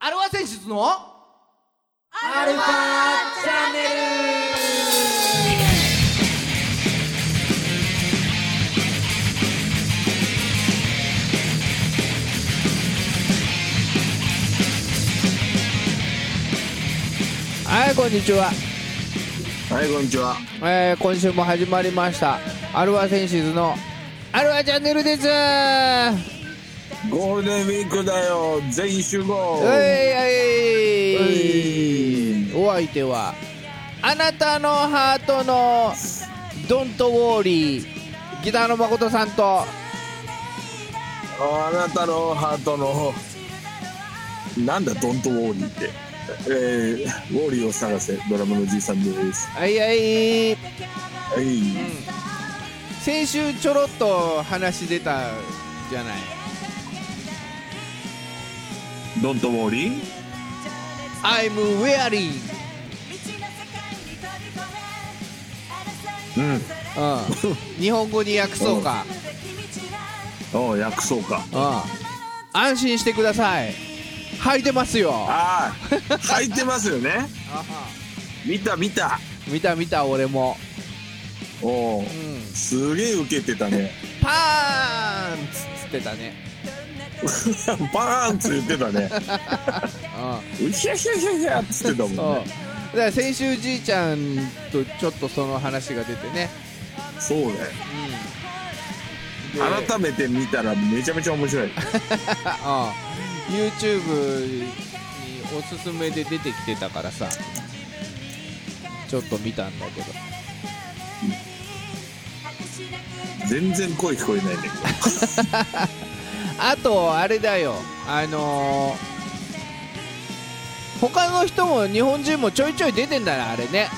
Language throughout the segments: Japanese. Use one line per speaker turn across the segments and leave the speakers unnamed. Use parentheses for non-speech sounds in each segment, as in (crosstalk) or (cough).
アルファ選出のアルファチャンネ
はいこんにちは、
はい、こんにちは。
えー、今週も始まりましたアルファセンシズのアルファチャンネルです
ゴールデンウィークだよ。全員集合。
え
はい
いお相手はあなたのハートのドントウォーリーギターの誠さんと
あなたのハートの。なんだ、ドントウォーリーって。えー、ウォーリーを探せ、ドラムのじいさんです。
はいはい
はい。
先週ちょろっと話出たじゃない
ドントウォーリー。
I'm wearing
うん。
うん日本語に訳そうか
(laughs) おう、薬草か。
うん安心してください履いてますよ
ああ、履いてますよね。見た、見た。
見た見た俺も、
おお。
うん、
すげえ受けてたね。 (laughs)
パーンツっつってたね、
バーンって言ってたね。
う
うひゃひゃひゃひゃっつってたもん
ん、
(laughs)
そう
ね。
だから先週じいちゃんとちょっとその話が出てね、
そうね。
うん、で
改めて見たらめちゃめちゃ面白い。
あうん YouTube におすすめで出てきてたからさちょっと見たんだけど
全然声聞こえないね。
あとあれだよあのー他の人も日本人もちょいちょい出てんだなあれね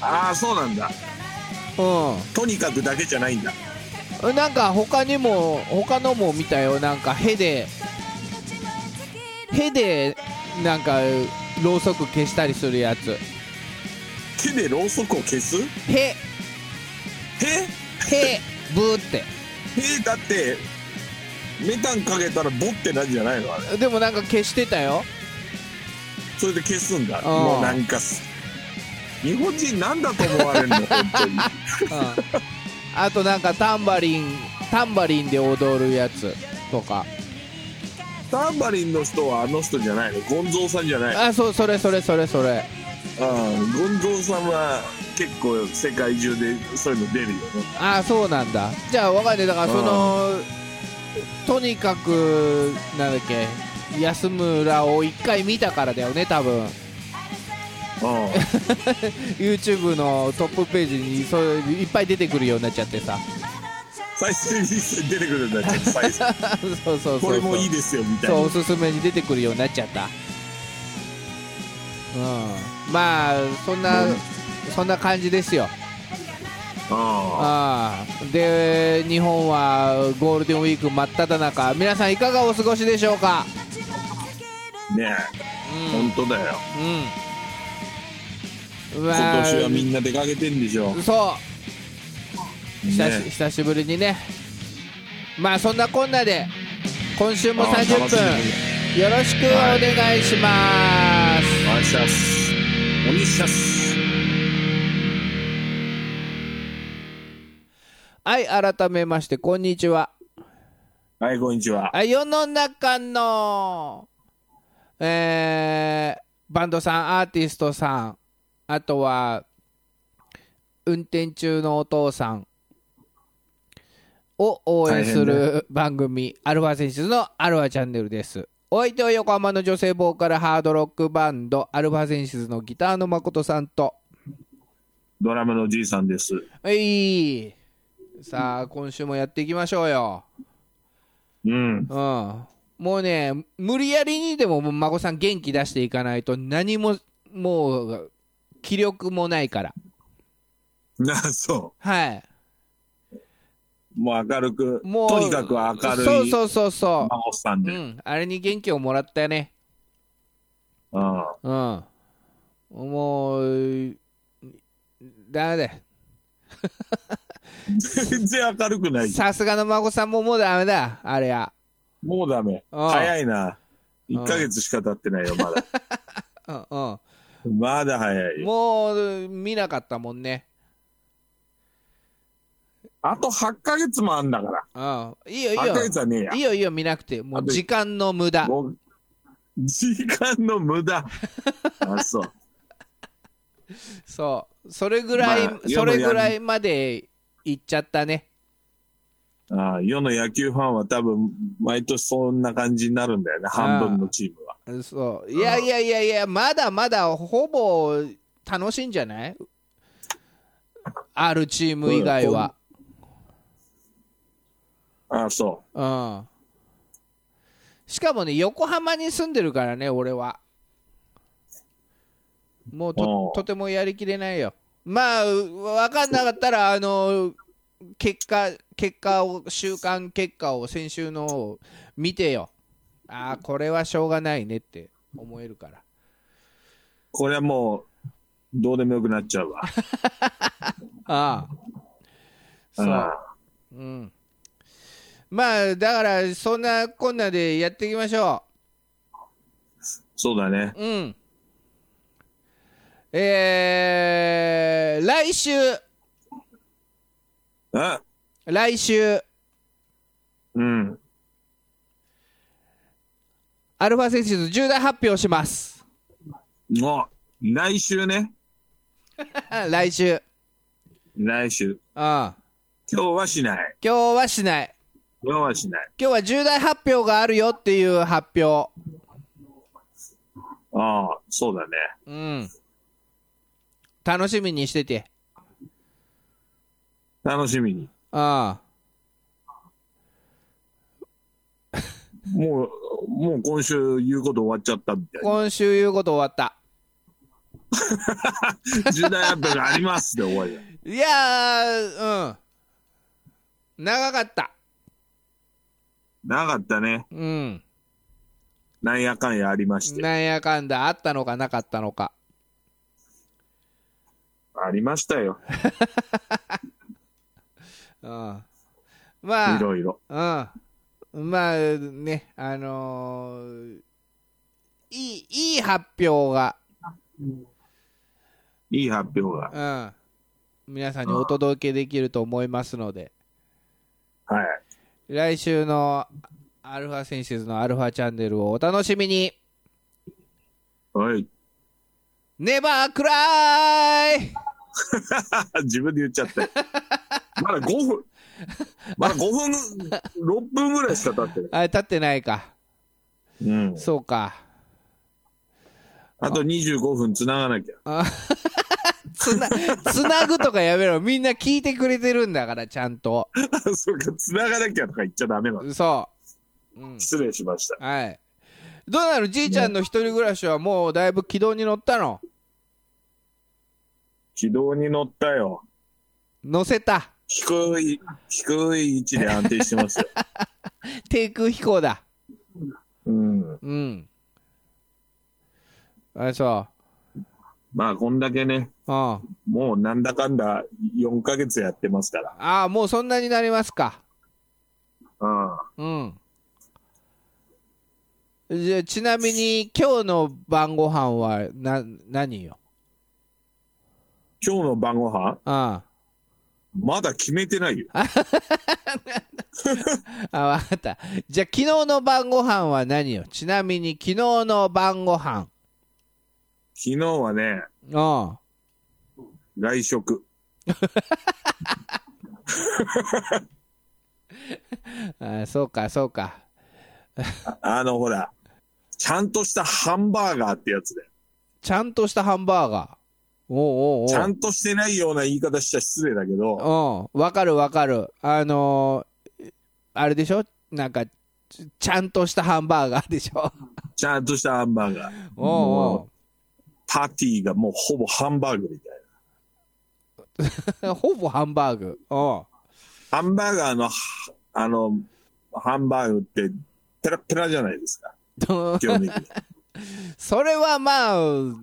ああ、そうなんだ。
う
とにかくだけじゃないんだ。
んなんか他にも他のも見たよなんかヘでヘでなんかろうそく消したりするやつ
手でろうそくを消すへ
ヘヘブーって
へだって、メタンかけたらボってなんじゃないのあれ。
でもなんか消してたよ
それで消すんだ。
ん
もうなんかす、日本人なんだと思われるの、本当に。
うんあとなんかタンバリンタンバリンで踊るやつとか
タンバリンの人はあの人じゃないの。ゴンゾーさんじゃない。
あそうそれそれそれそれ
うん。ゴンゾーさんは結構世界中でそういうの出るよね。
あそうなんだじゃあわかんないだからそのとにかくなんだっけ安村を一回見たからだよね多分
う
YouTube のトップページにそういっぱい出てくるようになっちゃってさ (laughs)
ん。再生リストに出てくるんだちょっと再生
そうそうそう
これもいい
で
ですよ、みたい
そうお
な。
すすめに出てくるようになっちゃったうんまあそんな、
うん
そんな感じですよ
ああ。
ああで日本はゴールデンウィーク真っ只中皆さんいかがお過ごしでしょうか
ねえ、
うん
本当だよ。
うん、うわー
今年はみんな出かけてんでしょ。ね
そう久し,、
え
久しぶりにねまあそんなこんなで今週も
あー
30
楽し
分
み
よろしくお願いします、
お願いします。おにします。
はい、改めましてこんにちは
はい、こんにちは。
あ世の中のえーバンドさんアーティストさんあとは運転中のお父さんを応援す
大
る番組、アルファ選手のアルファチャンネルですお相手は横浜の女性ボーカルハードロックバンドアルファ選手のギターの誠さんと
ドラムのじいさんです。
はいさあ今週もやっていきましょうよ
うん。
うん、もうね、無理やりにでももう孫さん元気出していかないと何ももう気力もないから。
な、そ
はい。
う。もう明るく、
もう
とにかく明るい。
そうそうそうそ
孫さん
う。う
で。うん。
ん、あれに元気をもらったよね。うん。もうダメだよ。
全然明るくない。
さすがの孫さんももうダメだ。あれや。
もうダメ。
ああ
早いな。
う
1ヶ月しか経ってないよ、まだ。
うんうん
まだ早いよ。
もう見なかったもんね。
あと8ヶ月もあんだか
うん。いいよいい
ら。8ヶ月
よ。
はねえや
いい。よいいよ見なくて。も
あ
う
と
時間の無駄。
もう時間の無 (laughs) 駄。あ、そう。
そう。それぐらい、
まあ
それぐらいまで行っちゃったね。
ああ世の野球ファンは多分、毎年そんな感じになるんだよね、半分のチームは。
そう。いやいやいやいや、まだまだほぼ楽しいんじゃないあるチーム以外は。
ああそ
うん。しかもね、横浜に住んでるからね、俺は。もうと
おう
とてもやりきれないよ。まあ、分かんなかったら、あの、結果、結果を、週間結果を先週のを見てよ。ああ、これはしょうがないねって思えるから。
う。これはもう、どうでもよくなっちゃうわ。
ああ。そうう。
ん
うん。まあ、だから、そんなこんなでやっていきましょう。
そうだね。
うん。えー、来週、
あ
来週、
うん。
アルファセンシズ重大発表します。
もう、来週ね。
来週。
来週。
うん。今
今日はしない。
日はしない。
今日はしない。
今日は重大発表があるよっていう発表。
ああ、そうだね。
うん。楽しみにしてて。
楽しみに。
うん。
もう、もう今週言うこと終わっちゃったみたいな。
今週言うこと終わった。
重大発表がありますで終わりだ。
いやー、うん。長かった。
なかったね。
うん。
なんやかんやありまして。
なんやかんだ、あったのかなかったのか。
ありましたよ。
うん。まあ。
いろいろ。
うん。まあね、あのーいい、いい発表が、
いい発表が。
うん。皆さんにお届けできると思いますので、
はい。
来週のアルファセンシズのアルファチャンネルをお楽しみに。
はい。 (laughs)
ネバークライ
自分で言っちゃって。まだ5分。
(laughs)
まだ5分、6分ぐらいしか経ってない。
あ、立ってないか。
うん。
そうか。
あと25分繋がなきゃ。 (laughs)
つな、 (laughs) つなぐとかやめろ。みんな聞いてくれてるんだから、ちゃんと。
そうか、繋がなきゃとか言っちゃダメなの。
そう。うん。
失礼しました。
はい。どうなるじいちゃんの一人暮らしはもうだいぶ軌道に乗ったの
軌道に乗ったよ。
乗せた。
低い、低い位置で安定し
(laughs)
てますよ。
低空飛行だ。
うん。
うん。あ、そ
まあ、こんだけね、
う。うん。あ
もうなんだかんだ4ヶ月やってますから。
あ、もうそんなになりますか。
うん。
うん。じゃあちなみに今日の晩ご飯はな何よ。
今日の晩ご飯
あ
まだ決めてないよ。
あ、あわかった。じゃあ昨日の晩ご飯は何よ。ちなみに昨日の晩ご飯。
昨日はね、
うん。
外食。
あそうかそうか。
あの、ほら、ちゃんとしたハンバーガーってやつで。
ちゃんとしたハンバーガー。おうおうおう
ちゃんとしてないような言い方しちゃ失礼だけど、
うん、わかるわかる。あのーあれでしょなんか、ちちゃんとしたハンバーガーでしょ
ちゃんとしたハンバーガー。
お
もうパティがもうほぼハンバーグみたい
う
な。
おう (laughs) ほぼハンバーグ。お
ハンバーガーの、はあの、ハンバーグって、ペラペラじゃないですか。
う
(laughs) 基
(laughs)
本的に。
それはまあ、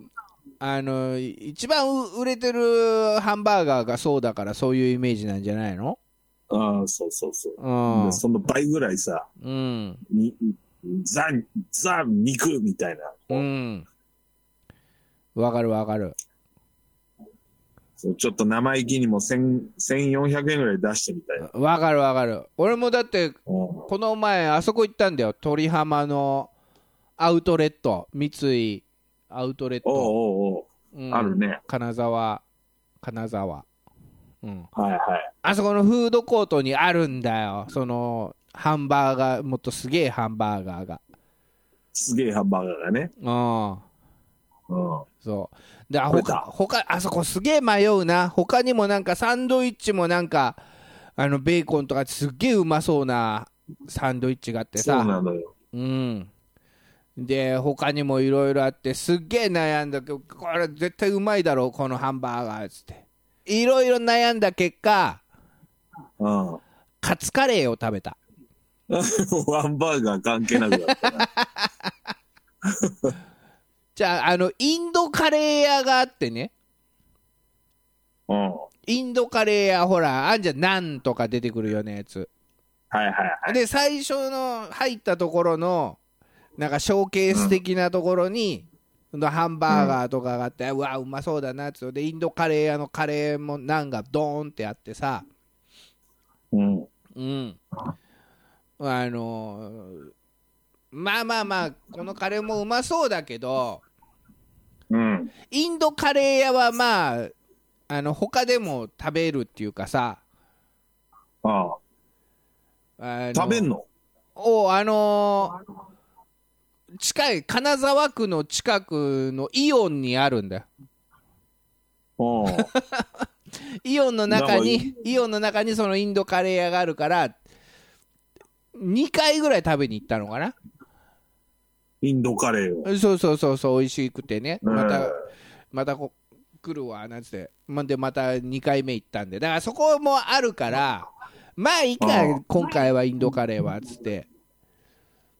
あのー一番う売れてるハンバーガーがそうだから、そういうイメージなんじゃないの
ああ、そうそうそう。
うん
で。その倍ぐらいさ、
うん。
にザ、ザ、肉みたいな、
うん。わかるわかる。
そうちょっと生意気にも1000 1400円ぐらい出してみたいな。
わかるわかる。俺もだって、
うん
この前、あそこ行ったんだよ。鳥浜のアウトレット。三井アウトレット。
おうおうおう、
うん
あるね。
金沢。金沢。うん。
はいはい。
あそこのフードコートにあるんだよ。その、ハンバーガー、もっとすげえハンバーガーが。
すげえハンバーガーがね。
うん。
うん。
そう。で、あ
これ
他
だ
他あそこすげえ迷うな。他にもなんかサンドイッチもなんか、あのベーコンとかすっげえうまそうなサンドイッチがあって
そう
さ。
なのよ。
うん。で、他にもいろいろあって、すっげえ悩んだけど、これ絶対うまいだろう、このハンバーガーっつって。いろいろ悩んだ結果、
うん。 (laughs) ワ
カツカレーを食べた。
ンバーガー関係なくなった (laughs) な。
じゃあ、あの、インドカレー屋があってね。
うん。はい
インドカレー屋、ほら、あんじゃん、ナンとか出てくるようなやつ。
はいはい。
で最初の入ったところのなんかショーケース的なところに、のハンバーガーとかがあって、うわうまそうだなっつってでインドカレー屋のカレーもなんかドーンってあってさ
うん。
うんあのーまあまあまあこのカレーもうまそうだけど
うん。
インドカレー屋はまああの他でも食べるっていうかさ
ああ
あの
食べんの
おあのー近い金沢区の近くのイオンにあるんだよ
うん。
イオンの中
なん
にイオンの中にそのインドカレー屋があるから2回ぐらい食べに行ったのかな
インドカレーを。
そうそうそうそう美味しくてね
うん
またまたこ来るわなんつってまでまた2回目行ったんでだからそこもあるからまあいいか
うん
今回はインドカレーはっつって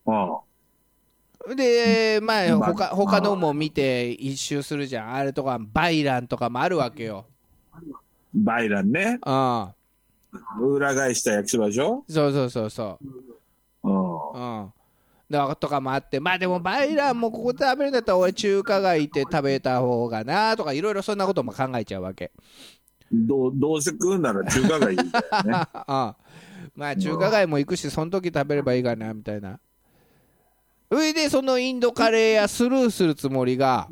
うん。
で、まあ、
まあ
他他のも見て一周するじゃん。あれとか、バイランとかもあるわけよ。
バイランね。
うん。
裏返した焼きそばでしょ
そうそうそうそう。
うん。
うん。だとかもあって、まあでも、バイランもここで食べるんだったら、俺、中華街行って食べた方がなとか、いろいろそんなことも考えちゃうわけ。
どう、どうせ食うなら中華街みたいな (laughs) ね。
うん。ま (laughs) あ、中華街も行くし、その時食べればいいかな、みたいな。それで、そのインドカレーやスルーするつもりが、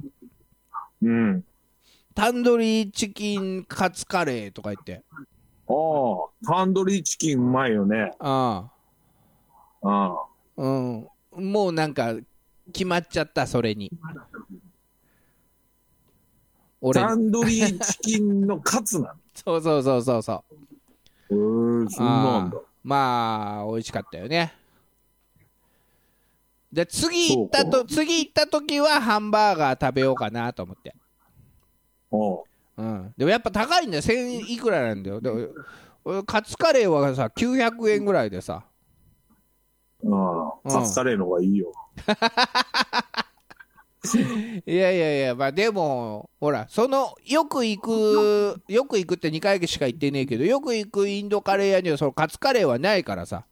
うん。
タンドリーチキンカツカレーとか言って。
ああ、タンドリーチキンうまいよね。
うん。
うん。
うん、もうなんか決まっちゃったそれに俺
タンドリーチキンのカツな
そうそうそうそうそう
の。へえ、 (laughs) そうなんだ
あー。まあ美味しかったよねで次行った
そ
と次行った時はハンバーガー食べようかなと思って、
おう
うん、でもやっぱ高いんだよ1000いくらなんだよで俺カツカレーはさ900円ぐらいでさ
うん。カツカレーの方がいいよ。
いやいやいや、まあでも、ほら、その、よく行く、よく行くって2回しか行ってねえけど、よく行くインドカレー屋には、そのカツカレーはないからさ、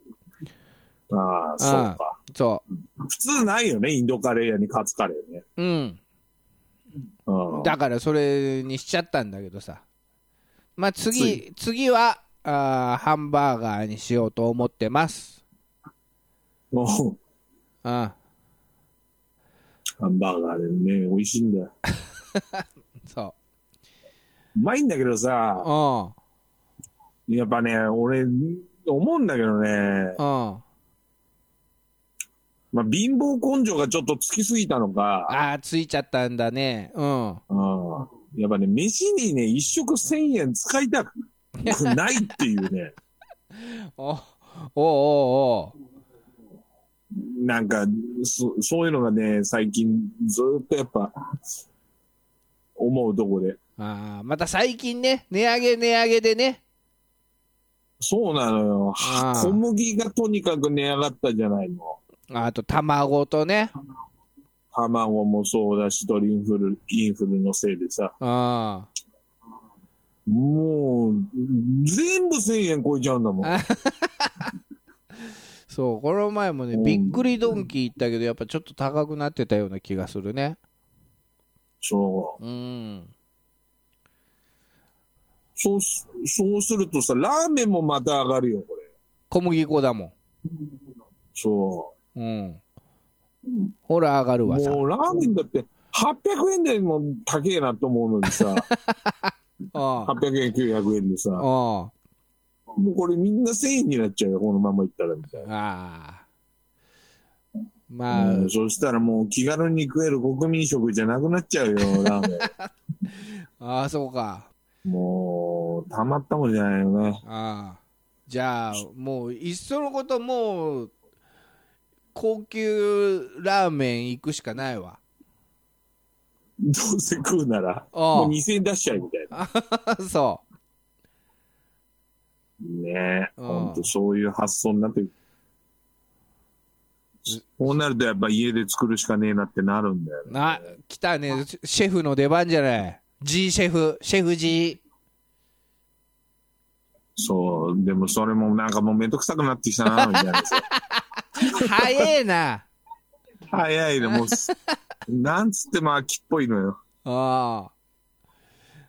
ああ、そうか。
そ
普通ないよね、インドカレー屋にカツカレーね。
う、うん、
うん。
だからそれにしちゃったんだけどさ、まあ次、次は、あーハンバーガーにしようと思ってます。
おう
うん、
ハンバーガーでね、美味しいんだよ。
そう
まいんだけど
う、
さ、
うん、
やっぱね、俺、思うんだけどね、
うん、
まあ、貧乏根性がちょっとつきすぎたのか、
ああ、ついちゃったんだね、うん。
うんやっぱね、飯にね、一食千円使いたくないっていうね、
おおうおうおう
なんかそ、そういうのがね、最近ずっとやっぱ、思うとこで。
あーまた最近ね、値上げ値上げでね、
そうなのよ。
あー
小麦がとにかく値上がったじゃないの。
あと卵とね、
卵もそうだし、鳥インフル、インフルのせいでさ、
あ
もう、全部1000円超えちゃうんだもん。
あそうこの前もね
うん
びっくりドンキー行ったけどやっぱちょっと高くなってたような気がするね
そう。
うん
そうす、そうするとさ、ラーメンもまた上がるよ、これ。
小麦粉だも
そ
んうんほら上が
う。
るわさ
もうラーメンだって、800円でも高えなと思うのに
(laughs)
さ、
ああ
800円、900円でさ、も
あ
うこれみんな1000円になっちゃうよ、このままいったらみたいな。
あまあ、
うんそしたらもう気軽に食える国民食じゃなくなっちゃうよ、ラーメ
ああそうか (laughs)
ン。もう、たまったもんじゃないよね。
ああじゃあもういっそのこともう高級ラーメン行くしかないわ
どうせ食うなら、
ああ
もう2000円出しちゃうみたい
(laughs)
な。
そ
ねえ、
うん
ほんとそういう発想になってこうなるとやっぱ家で作るしかねえなってなるんだよ
う
ね。
な来たねシシェフの出番じゃない G シェフシェフ G
そう、でもそれもなんかもうめんどくさくなってきたな、みたいなさ。
早えな
早い
(laughs)
ね、もうす、なんつっても秋っぽいのよ。
あ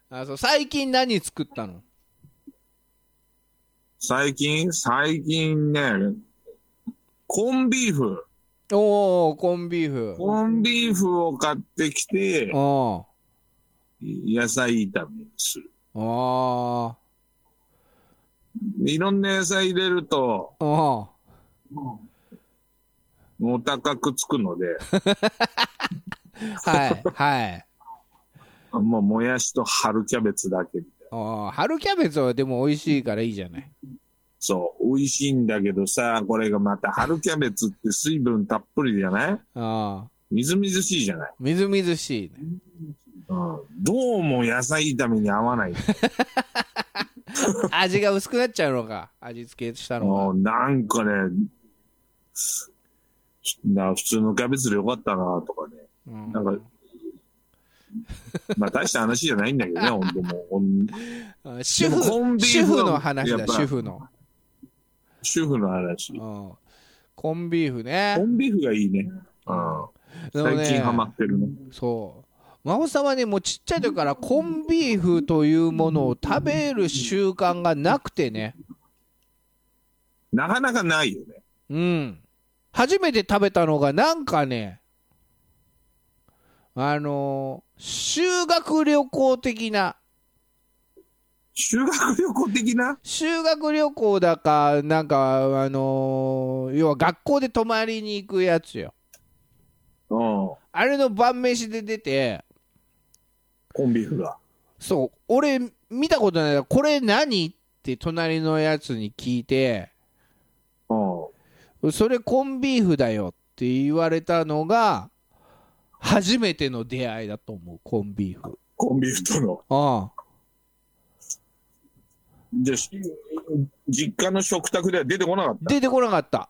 ああそう最近何作ったの
最近、最近ね、コンビーフ。
おおコンビーフ
コンビーフを買ってきて、
お
野菜炒めにする。
おお
いろんな野菜入れると、
おお
お高くつくので、
はいはい
もうもやしと春キャベツだけみたいな。
おー春キャベツはでも美味しいからいいじゃない
そう、美味しいんだけどさ、これがまた春キャベツって水分たっぷりじゃない
ああ
みずみずしいじゃない、
みずみずしいね
(laughs) うん、どうも野菜炒めに合わない。
味が薄くなっちゃうのか味付けしたの
もうなんかね、な普通のキャベツでよかったなとかね。
が、
なんか、 (laughs) まあ大した話じゃないんだけどね、ほんともうほん。
うん主
でもコン
婦
ビー
主
フは
婦の話
や
だ
っぱ
主婦の、
主婦の話。
うん、コンビーフね
コンビーフがいいね。うん。
でもね
最近ハマってるね。
そう真帆さんはねもうちっちゃい時からコンビーフというものを食べる習慣がなくてね
なかなかないよね。
うん初めて食べたのがなんかねあのー修学旅行的な
修学旅行的な
修学旅行だかなんかあのー要は学校で泊まりに行くやつよ
うん。
あれの晩飯で出て
コンビーフが。
そう俺見たことないからこれ何って隣のやつに聞いて
うん。
それコンビーフだよって言われたのが初めての出会いだと思うコンビーフ
コンビーフとの。
ああ
で、し実家の食卓では出てこなかった。
出てこなかった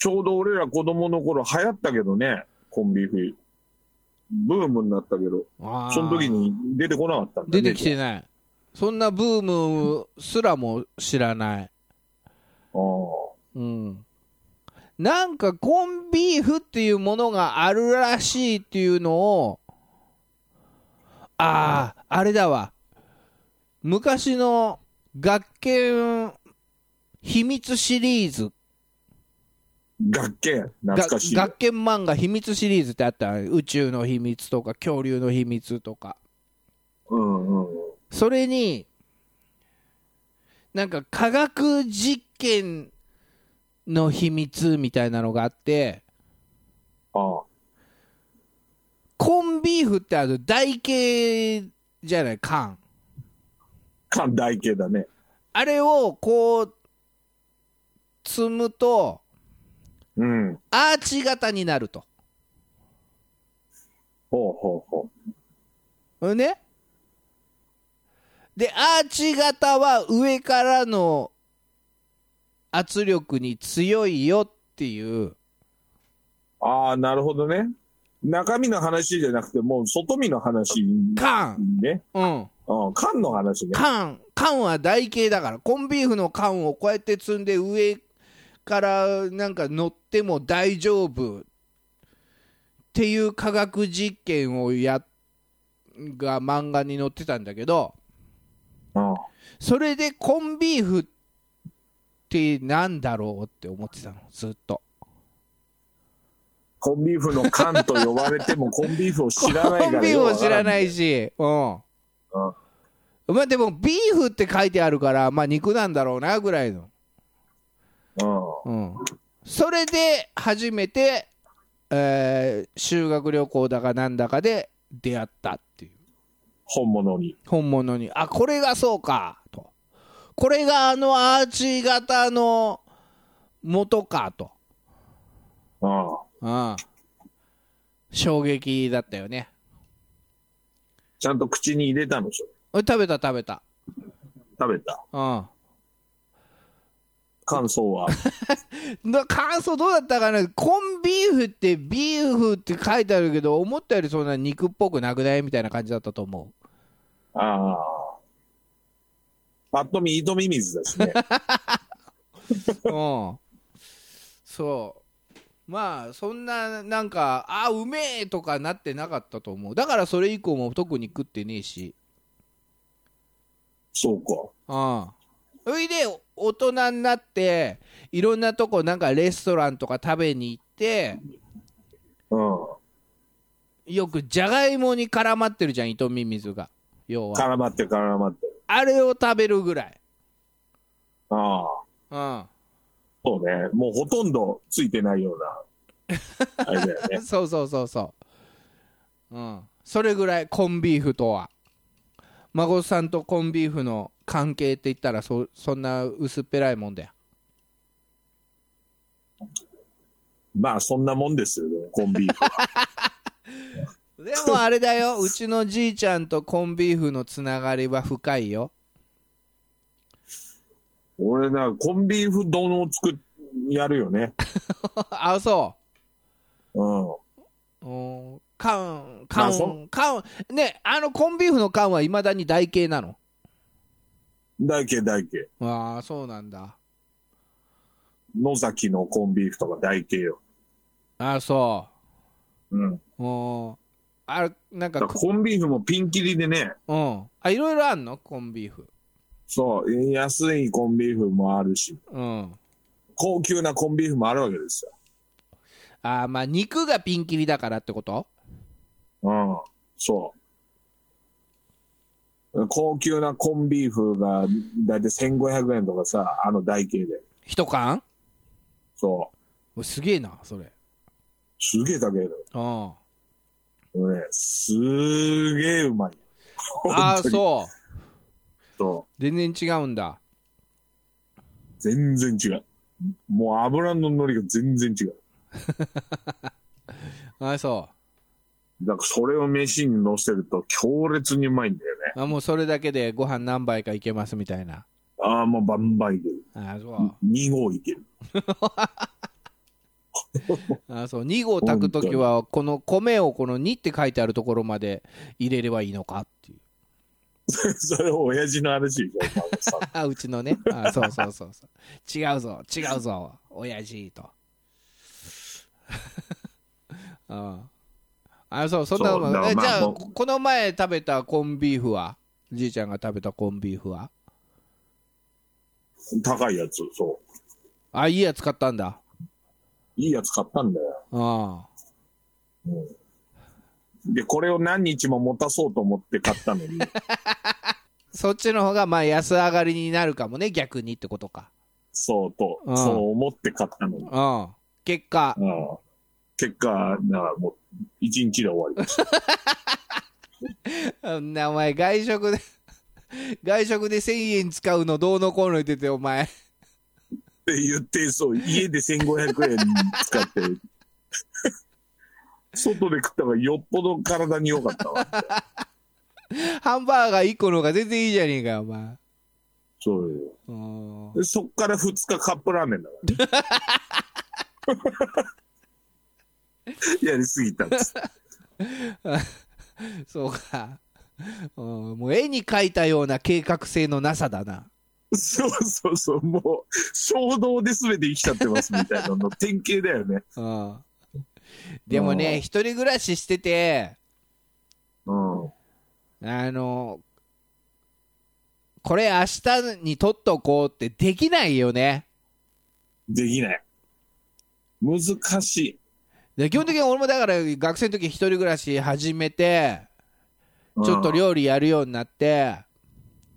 ちょうど俺ら子供の頃流行ったけどね、コンビーフ。ブームになったけど、
ああ
その時に出てこなかったんだ
出
ね
てきてないそんなブームすらも知らない
ああ
うん、なんかコンビーフっていうものがあるらしいっていうのをあああれだわ昔の学研秘密シリーズ
学研、
が
懐かしい。
学研漫画秘密シリーズってあった宇宙の秘密とか恐竜の秘密とか
うんうんうん。
それになんか科学実験の秘密みたいなのがあって
ああ
コンビーフってあの台形じゃない缶
缶台形だね。
あれをこう積むと
うん。
アーチ型になると
ほうほうほ
ねでアーチ型は上からの圧力に強いよっていう
う。ああ、なるほどね。中身の話じゃなくて、もう外身の話
缶
ね。
うん
うん、缶の話ね。
缶缶は台形だからコンビーフの缶をこうやって積んで上からなんか乗っても大丈夫っていう科学実験をやっが漫画に載ってたんだけど
うん
それでコンビーフってなんだろうって思ってたのずっと
コンビーフの缶と呼ばれてもコンビーフを知らないか
(laughs)
ら
コンビーフも知らないいしうん
うん
まあでもビーフって書いてあるからまあ肉なんだろうなぐらいのうん、それで初めて、えー修学旅行だかなんだかで出会ったっていう
本物に
本物にあこれがそうかとこれがあのアーチ型の元かと、
うん
うん、衝撃だったよね
ちゃんと口に入れたのでしょ
お食べた食べた
食べた
うん
感想は
な感想どうだったかなコンビーフってビーフって書いてあるけど思ったよりそんな肉っぽくなくないみたいな感じだったと思う
ああぱっと見糸ミミズですね
うん、そうまあそんななんかあうめえとかなってなかったと思うだからそれ以降も特に食ってねえし
そうか
うんそれで大人になっていろんなとこなんかレストランとか食べに行って
うん
よくじゃがいもに絡まってるじゃん糸ミミズが要は
絡まってる絡まってる
あれを食べるぐらい
ああ
うん
そうねもうほとんどついてないようなあれ
(laughs)
だよね
そうそうそうそう。うん。それぐらいコンビーフとは。孫さんとコンビーフの関係って言ったらそそんな薄っぺらいもんだよ。
まあそんなもんですよねコンビーフは
でもあれだよ、 (laughs) うちのじいちゃんとコンビーフのつながりは深いよ。 (laughs)
俺なコンビーフ丼を作っやるよね
あ、そ
うん
う。うん。缶、缶
まあそ、
缶、ね、あのコンビーフの缶はいまだに台形なの。
大慶大慶
ああ、そうなんだ。
野崎のコンビーフとか大慶よ
あそ
うん
う。うん。あれ、なん
だ
か
から、コンビーフもピンキリでね
うん。あ、いろいろあんのコンビーフ。
そう安いコンビーフもあるし
うん。
高級なコンビーフもあるわけですよ
あーまあ肉がピンキリだからってこと
うんそう高級なコンビーフがだいたい1500円とかさあの台形で
一缶
そう
おすげえなそれ
すげえ高いのよ
うん
でもねすげえうまい
ああ
本当に
そ
そう
全然違うんだ
う全然違うもう油の海苔が全然違う
ああそ
だからそれを飯に乗せると強烈にうまいんだよね。
うあもうそれだけでご飯何杯かいけますみたいな
ああ、もうバンバンいける。
ああそう
2合いける。
ああそう2合炊く時はこの米をこの2って書いてあるところまで入れればいいのかっていう
(laughs) それを親父の話でしょお前さ
あうちのね
(laughs)
ああそうそうそうそう違うぞ違うぞ親父と (laughs) あああそうそんな
そうだ
の
から
え
まあ
じゃあ
もう
この前食べたコンビーフはじいちゃんが食べたコンビーフは
ん。高いやつ、そう。
あいいやつ買ったんだ
いいやつ買ったんだよ。
あ
で、これを何日も持たそうと思って買ったの
(laughs)
に。
そっちの方がまあ安上がりになるかもね逆にってことか
そうと、
うん
そう思って買ったのに。
うん結果
ああ結果、なあもう、一日で終わりました。
そんなお前外食で (laughs) 外食で1000円使うのどうのこうの言っててお前
って言って、そう、家で1500円使って、 (laughs) 外で食った方がよっぽど体に良かったわ。
ハンバーガー1個の方が全然いいじゃねえかよお前
そうよ。
うん
でそっから2日カップラーメン
(laughs)
だから、ね、やりすぎたんです
そうか、うん、もう絵に描いたような計画性のなさだな
そうそうそう、もう、衝動で全て生きちゃってますみたいなの、典型だよね。
うん、でも
うん
ね一人暮らししてて
うん。
あのこれ明日に取っとこうってできないよね
できない。難しい。
で基本的に俺もだから学生の時一人暮らし始めてちょっと料理やるようになって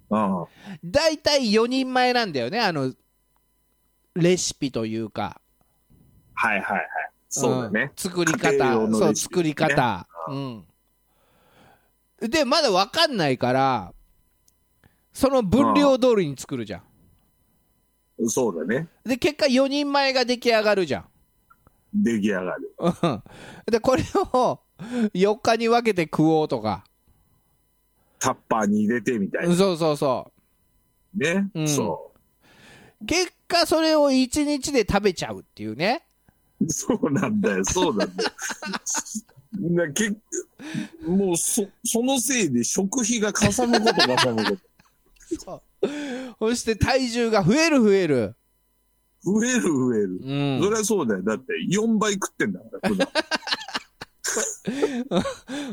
うん。うん。
大体4人前なんだよねあのレシピというか
はいはいはい。そうだ
ん
ね。
作り
家庭
方
用の
そう
レシピね
作り方、うんでまだ分かんないからその分量通りに作るじゃん
そうだね。
で結果4人前が出来上がるじゃん
出来上がる。
うんでこれを4日に分けて食おうとか、
タッパーに入れてみたいな。
そうそうそ
ね。
うん
そう
結果それを1日で食べちゃうっていうね
う。そうなんだよ。そうなんだよ。 (laughs) なけもうそ、そのせいで食費がかさむことかさむこと。
そして体重が増える増える
増える増える。
うん
そりゃそうだよ。だって4倍食ってんだから、普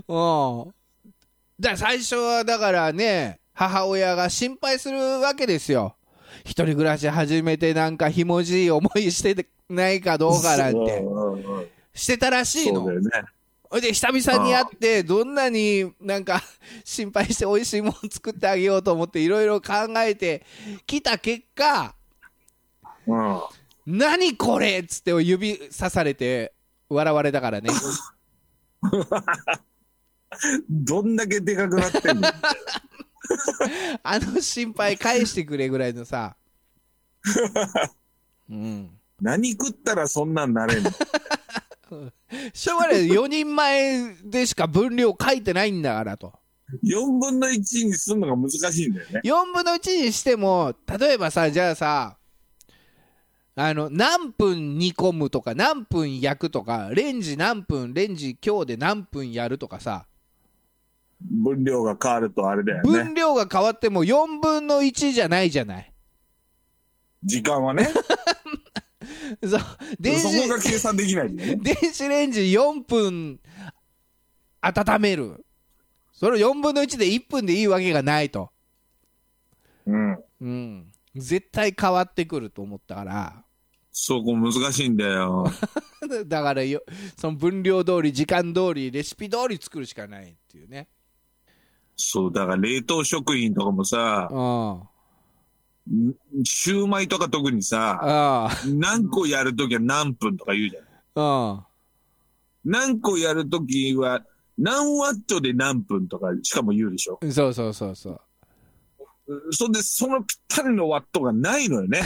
段。
うん。だから最初はだからね、母親が心配するわけですよ。一人暮らし始めてなんかひもじい思いしてないかどうかなんて
う。んうんうん
してたらしい
そうだ
の。
よね。
ほいで久々に会って、どんなになんか心配して美味しいもの作ってあげようと思っていろいろ考えてきた結果、
うん。
何これっつって指さされて笑われたからね。
どんだけでかくなってんの
あの心配返してくれぐらいの
(laughs)
さ。うん。
何食ったらそんなんなれんの
しょうがない。4人前でしか分量書いてないんだからと。
4分の1にするのが難しいんだよね。
4分の1にしても、例えばさ、じゃあさ、あの、何分煮込むとか、何分焼くとか、レンジ何分、レンジ今日で何分やるとかさ、
分量が変わるとあれだよね。
分量が変わっても4分の1じゃないじゃない。
時間はね。
そう。電
そ
子
こが計算できないんだよね。
電子レンジ4分温めるそれを4分の1で1分でいいわけがないと、
うん。
うん、絶対変わってくると思ったから (laughs)
そこ難しいんだよ。
だからよその分量通り時間通りレシピ通り作るしかないっていうね
そう、だから冷凍食品とかもさ
う、んあ
んシューマイとか特にさ、
あ
何個やるときは何分とか言うじゃん。
うん
何個やるときは何ワットで何分とかしかも言うでしょ。
そうそうそうそう
そんで、そのぴったりのワットがないのよね。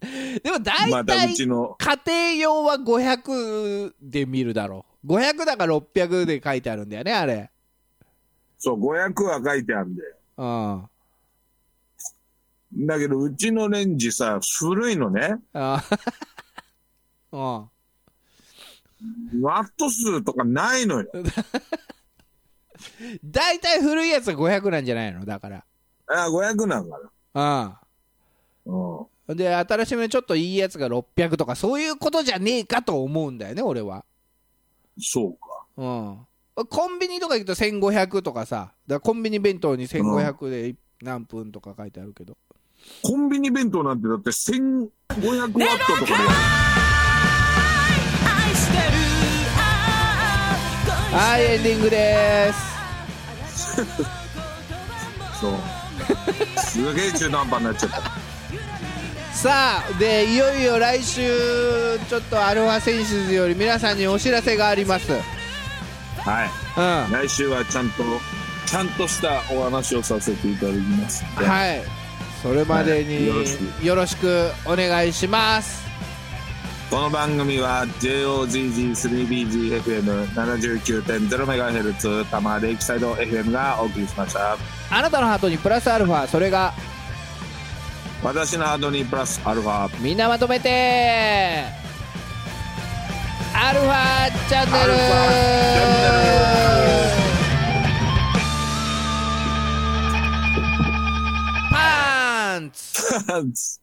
でも大
またう
体
ちの。
家庭用は500で見るだろう500だから600で書いてあるんだよねあれ
そう、500は書いてあるんだよ。
うん
だけど、うちのレンジさ、古いのね。
ああ (laughs) うん
ワット数とかないのよ。
大体古いやつが500なんじゃないのだから。
あ、500なんかな。うん。
うん。で、新しめのちょっといいやつが600とか、そういうことじゃねえかと思うんだよね、俺は。
そうか。
うん。コンビニとか行くと1500とかさ、だからコンビニ弁当に1500で何分とか書いてあるけど。
コンビニ弁当なんてだって1500ワットとかでやる。
はい、エンディングでーす。
そう。すげえ中途半端になっちゃった。
さあ、で、いよいよ来週、ちょっとアルファセンシズより皆さんにお知らせがあります。うん。
はい。来週はちゃんと、ちゃんとしたお話をさせていただきますので。い。
はい。それまでに
よろしく
よろしくお願いします。
この番組は JOGG3BGFM79.0MHz 多摩レイキサイド FM がお送りしました。
あなたのハートにプラスアルファそれが
私のハードにプラスアルファ
みんなまとめてアルファチャンネル
アルファチャンネ
パンツ
なんつ